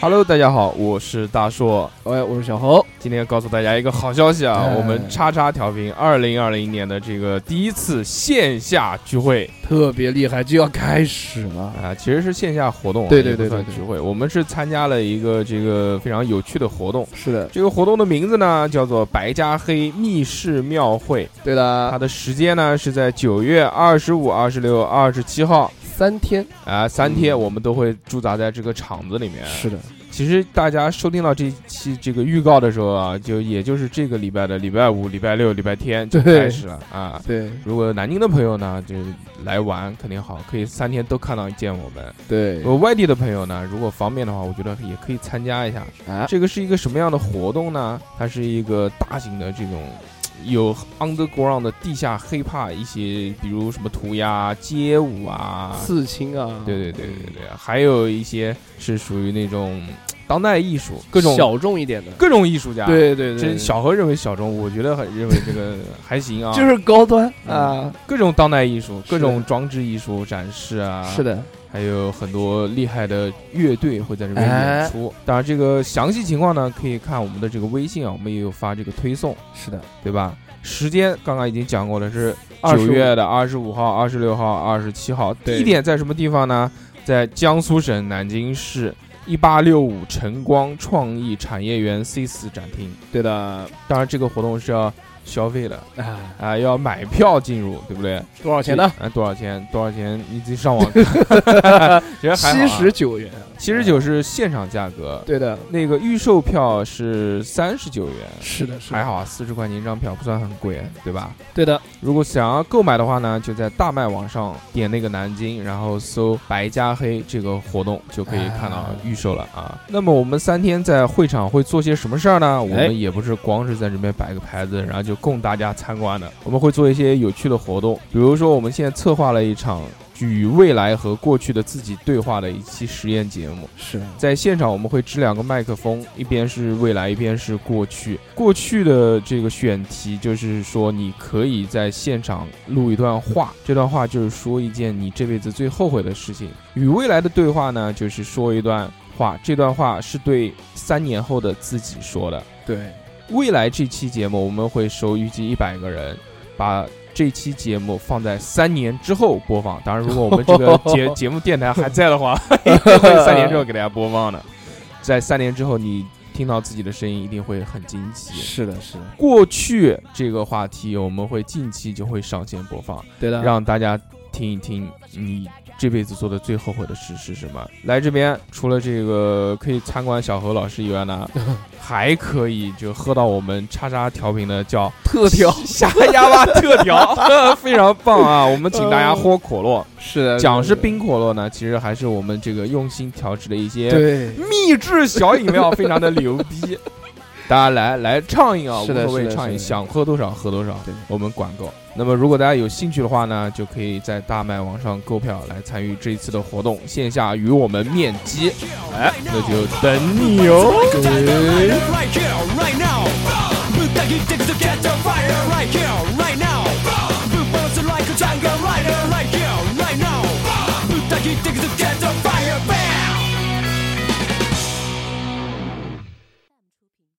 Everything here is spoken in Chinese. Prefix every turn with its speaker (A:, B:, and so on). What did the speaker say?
A: Hello，大家好，我是大硕，哎，我是小侯。今天告诉大家一个好消息啊，
B: 哎
A: 我们叉叉调频二零二零年的这个第一次线下聚会
B: 特别厉害，就要开始了。
A: 啊，其实是线下活动啊，
B: 对对
A: 也不
B: 对
A: 算
B: 对对
A: 聚会。我们是参加了一个这个非常有趣的活动，
B: 是的，
A: 这个活动的名字呢叫做白加黑密室庙会，
B: 对
A: 它
B: 的，
A: 的时间呢是在九月二十五、二十六、二十七号
B: 三天，
A: 啊、三天，
B: 嗯
A: 我们都会驻扎在这个场子里面。
B: 是的，
A: 其实大家收听到这一期这个预告的时候啊，就也就是这个礼拜的礼拜五、礼拜六、礼拜天就
B: 对
A: 开始了啊。
B: 对
A: 如果南京的朋友呢，就来玩肯定好，可以三天都看到见我们。
B: 对
A: 我外地的朋友呢，如果方便的话，我觉得也可以参加一下。
B: 啊，
A: 这个是一个什么样的活动呢？它是一个大型的这种。有 underground 的地下 hiphop 一些，比如什么涂鸦、街舞啊，
B: 刺青啊，
A: 对对对对对，还有一些是属于那种嗯当代艺术，各种
B: 小众一点的，
A: 各种艺术家。，
B: 对对对，
A: 这
B: 对
A: 小何认为小众，我觉得很认为这个还行啊。
B: 就是高端啊，
A: 各种当代艺术、
B: 是
A: 各种装置艺术展示啊，
B: 是，的，
A: 还有很多厉害的乐队会在这边
B: 哎
A: 演出。当然，这个详细情况呢，可以看我们的这个微信啊，我们也有发这个推送，
B: 是的，
A: 对吧？时间刚刚已经讲过了，是
B: 25
A: 九月的二十五号、二十六号、二十七号，
B: 对
A: 地点在什么地方呢？在江苏省南京市一八六五晨光创意产业园 C 四展厅。
B: 对的，
A: 当然，这个活动是要消费的
B: 啊，
A: 啊、要买票进入，对不对？
B: 多少钱呢？
A: 啊、多少钱？多少钱？你自己上 网看。其实还好、
B: 七
A: 啊，
B: 十九元，
A: 七十九是现场价格，
B: 对的，
A: 那个预售票是三十九元，
B: 是的，是的
A: 还，好啊四十块钱一张票，不算很贵，对吧？
B: 对的，
A: 如果想要购买的话呢，就在大麦网上点那个南京，然后搜“白加黑”这个活动，就可以看到预售了啊。那么我们三天在会场会做些什么事儿呢？我
B: 哎
A: 们也不是光是在这边摆个牌子，然后就供大家参观的。我们会做一些有趣的活动，比如说我们现在策划了一场与未来和过去的自己对话的一期实验节目。
B: 是的，
A: 在现场我们会支两个麦克风，一边是未来，一边是过去。过去的这个选题就是说，你可以在现场录一段话，这段话就是说一件你这辈子最后悔的事情。与未来的对话呢，就是说一段话，这段话是对三年后的自己说的。
B: 对，
A: 未来这期节目我们会收预计一百个人，把。这期节目放在三年之后播放，当然，如果我们这个节节目电台还在的话，会 三 年之后给大家播放的。在三年之后，你听到自己的声音，一定会很惊奇。
B: 是的，是的，
A: 过去这个话题，我们会近期就会上线播放，
B: 对的，
A: 让大家听一听你这辈子做的最后悔的事是什么。来这边，除了这个可以参观小何老师以外 呢，还可以就喝到我们叉叉调频的叫
B: 特调，
A: 夏亚巴特 调，非常棒啊！我们请大家喝可乐，
B: 是的，
A: 讲是
B: 对
A: 冰可乐呢，其实还是我们这个用心调制的一些
B: 对，
A: 秘制小饮料非常的牛逼。大家来来畅饮啊，无
B: 是的
A: 所谓
B: 是的
A: 畅饮，
B: 是的
A: 想喝多少喝多少
B: 对，
A: 我们管够。那么如果大家有兴趣的话呢，就可以在大麦网上购票来参与这一次的活动，线下与我们面基。哎，那就等你哦。哦
C: Right now, right now, right now.